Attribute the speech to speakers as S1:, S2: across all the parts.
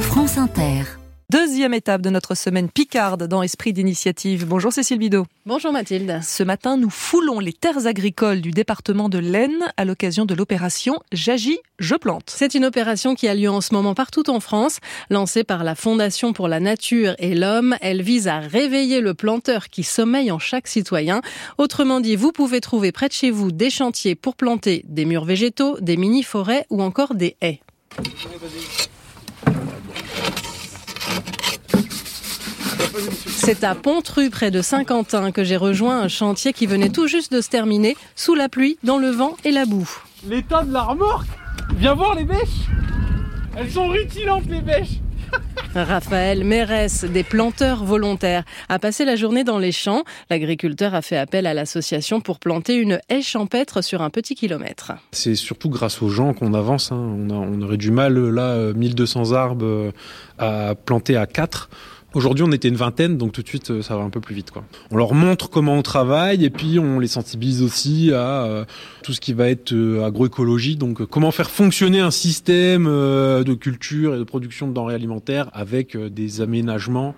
S1: France Inter.
S2: Deuxième étape de notre semaine Picarde dans Esprit d'initiative. Bonjour Cécile Bidot.
S3: Bonjour Mathilde.
S2: Ce matin, nous foulons les terres agricoles du département de l'Aisne à l'occasion de l'opération J'agis, je plante.
S3: C'est une opération qui a lieu en ce moment partout en France. Lancée par la Fondation pour la Nature et l'Homme, elle vise à réveiller le planteur qui sommeille en chaque citoyen. Autrement dit, vous pouvez trouver près de chez vous des chantiers pour planter des murs végétaux, des mini-forêts ou encore des haies. C'est à Pontru, près de Saint-Quentin, que j'ai rejoint un chantier qui venait tout juste de se terminer, sous la pluie, dans le vent et la boue.
S4: L'état de la remorque Viens voir les bêches Elles sont rutilantes les bêches
S3: Raphaël Mérès, des planteurs volontaires, a passé la journée dans les champs. L'agriculteur a fait appel à l'association pour planter une haie champêtre sur un petit kilomètre.
S5: C'est surtout grâce aux gens qu'on avance. hein. On, a- on aurait du mal, là, euh, 1200 arbres euh, à planter à 4. Aujourd'hui, on était une vingtaine, donc tout de suite, euh, ça va un peu plus vite. Quoi. On leur montre comment on travaille et puis on les sensibilise aussi à euh, tout ce qui va être euh, agroécologie, donc euh, comment faire fonctionner un système euh, de culture et de production de denrées alimentaires avec euh, des aménagements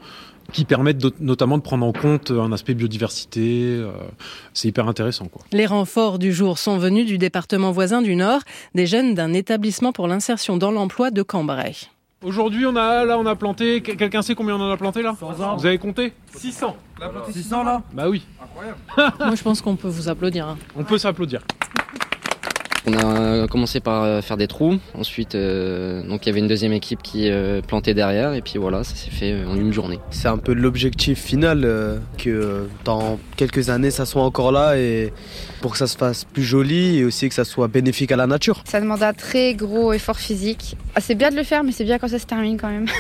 S5: qui permettent d'aut- notamment de prendre en compte euh, un aspect biodiversité. euh, C'est hyper intéressant. Quoi.
S3: Les renforts du jour sont venus du département voisin du Nord, des jeunes d'un établissement pour l'insertion dans l'emploi de Cambrai.
S5: Aujourd'hui, on a là, on a planté. quel- Quelqu'un sait combien on en a planté là Vous avez compté 600.
S4: 600 là
S5: Bah oui,
S3: Moi, je pense qu'on peut vous applaudir. hein.
S5: on peut s'applaudir.
S6: On a commencé par euh, faire des trous, ensuite euh, donc il y avait une deuxième équipe qui euh, plantait derrière et puis voilà ça s'est fait euh, en une journée.
S7: C'est un peu l'objectif final, euh, que euh, dans quelques années ça soit encore là et pour que ça se fasse plus joli et aussi que ça soit bénéfique à la nature.
S8: Ça demande un très gros effort physique. Ah, C'est bien de le faire, mais c'est bien quand ça se termine quand même.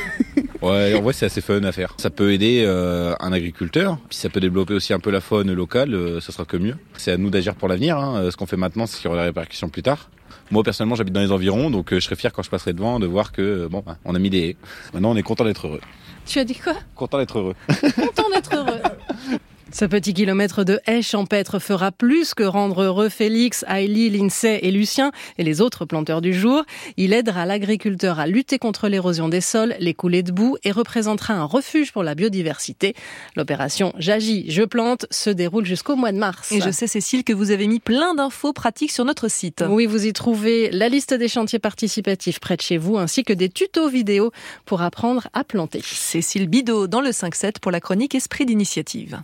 S9: Ouais, en vrai, c'est assez fun à faire. Ça peut aider euh, un agriculteur, puis ça peut développer aussi un peu la faune locale, euh, ça sera que mieux. C'est à nous d'agir pour l'avenir, hein. Euh, ce qu'on fait maintenant, c'est qu'il y aura des répercussions plus tard. Moi, personnellement, j'habite dans les environs, donc euh, je serais fier quand je passerai devant de voir que, euh, bon, bah, on a mis des haies. Maintenant, on est content d'être heureux.
S3: Tu as dit quoi
S9: Content d'être heureux.
S3: Content d'être heureux. Ce petit kilomètre de haie champêtre fera plus que rendre heureux Félix, Hailey, Lindsay et Lucien et les autres planteurs du jour. Il aidera l'agriculteur à lutter contre l'érosion des sols, les coulées de boue et représentera un refuge pour la biodiversité. L'opération J'agis, je plante se déroule jusqu'au mois de mars.
S2: Et je sais, Cécile, que vous avez mis plein d'infos pratiques sur notre site.
S3: Oui, vous y trouvez la liste des chantiers participatifs près de chez vous ainsi que des tutos vidéo pour apprendre à planter.
S2: Cécile Bidot dans le 5-7 pour la chronique Esprit d'initiative.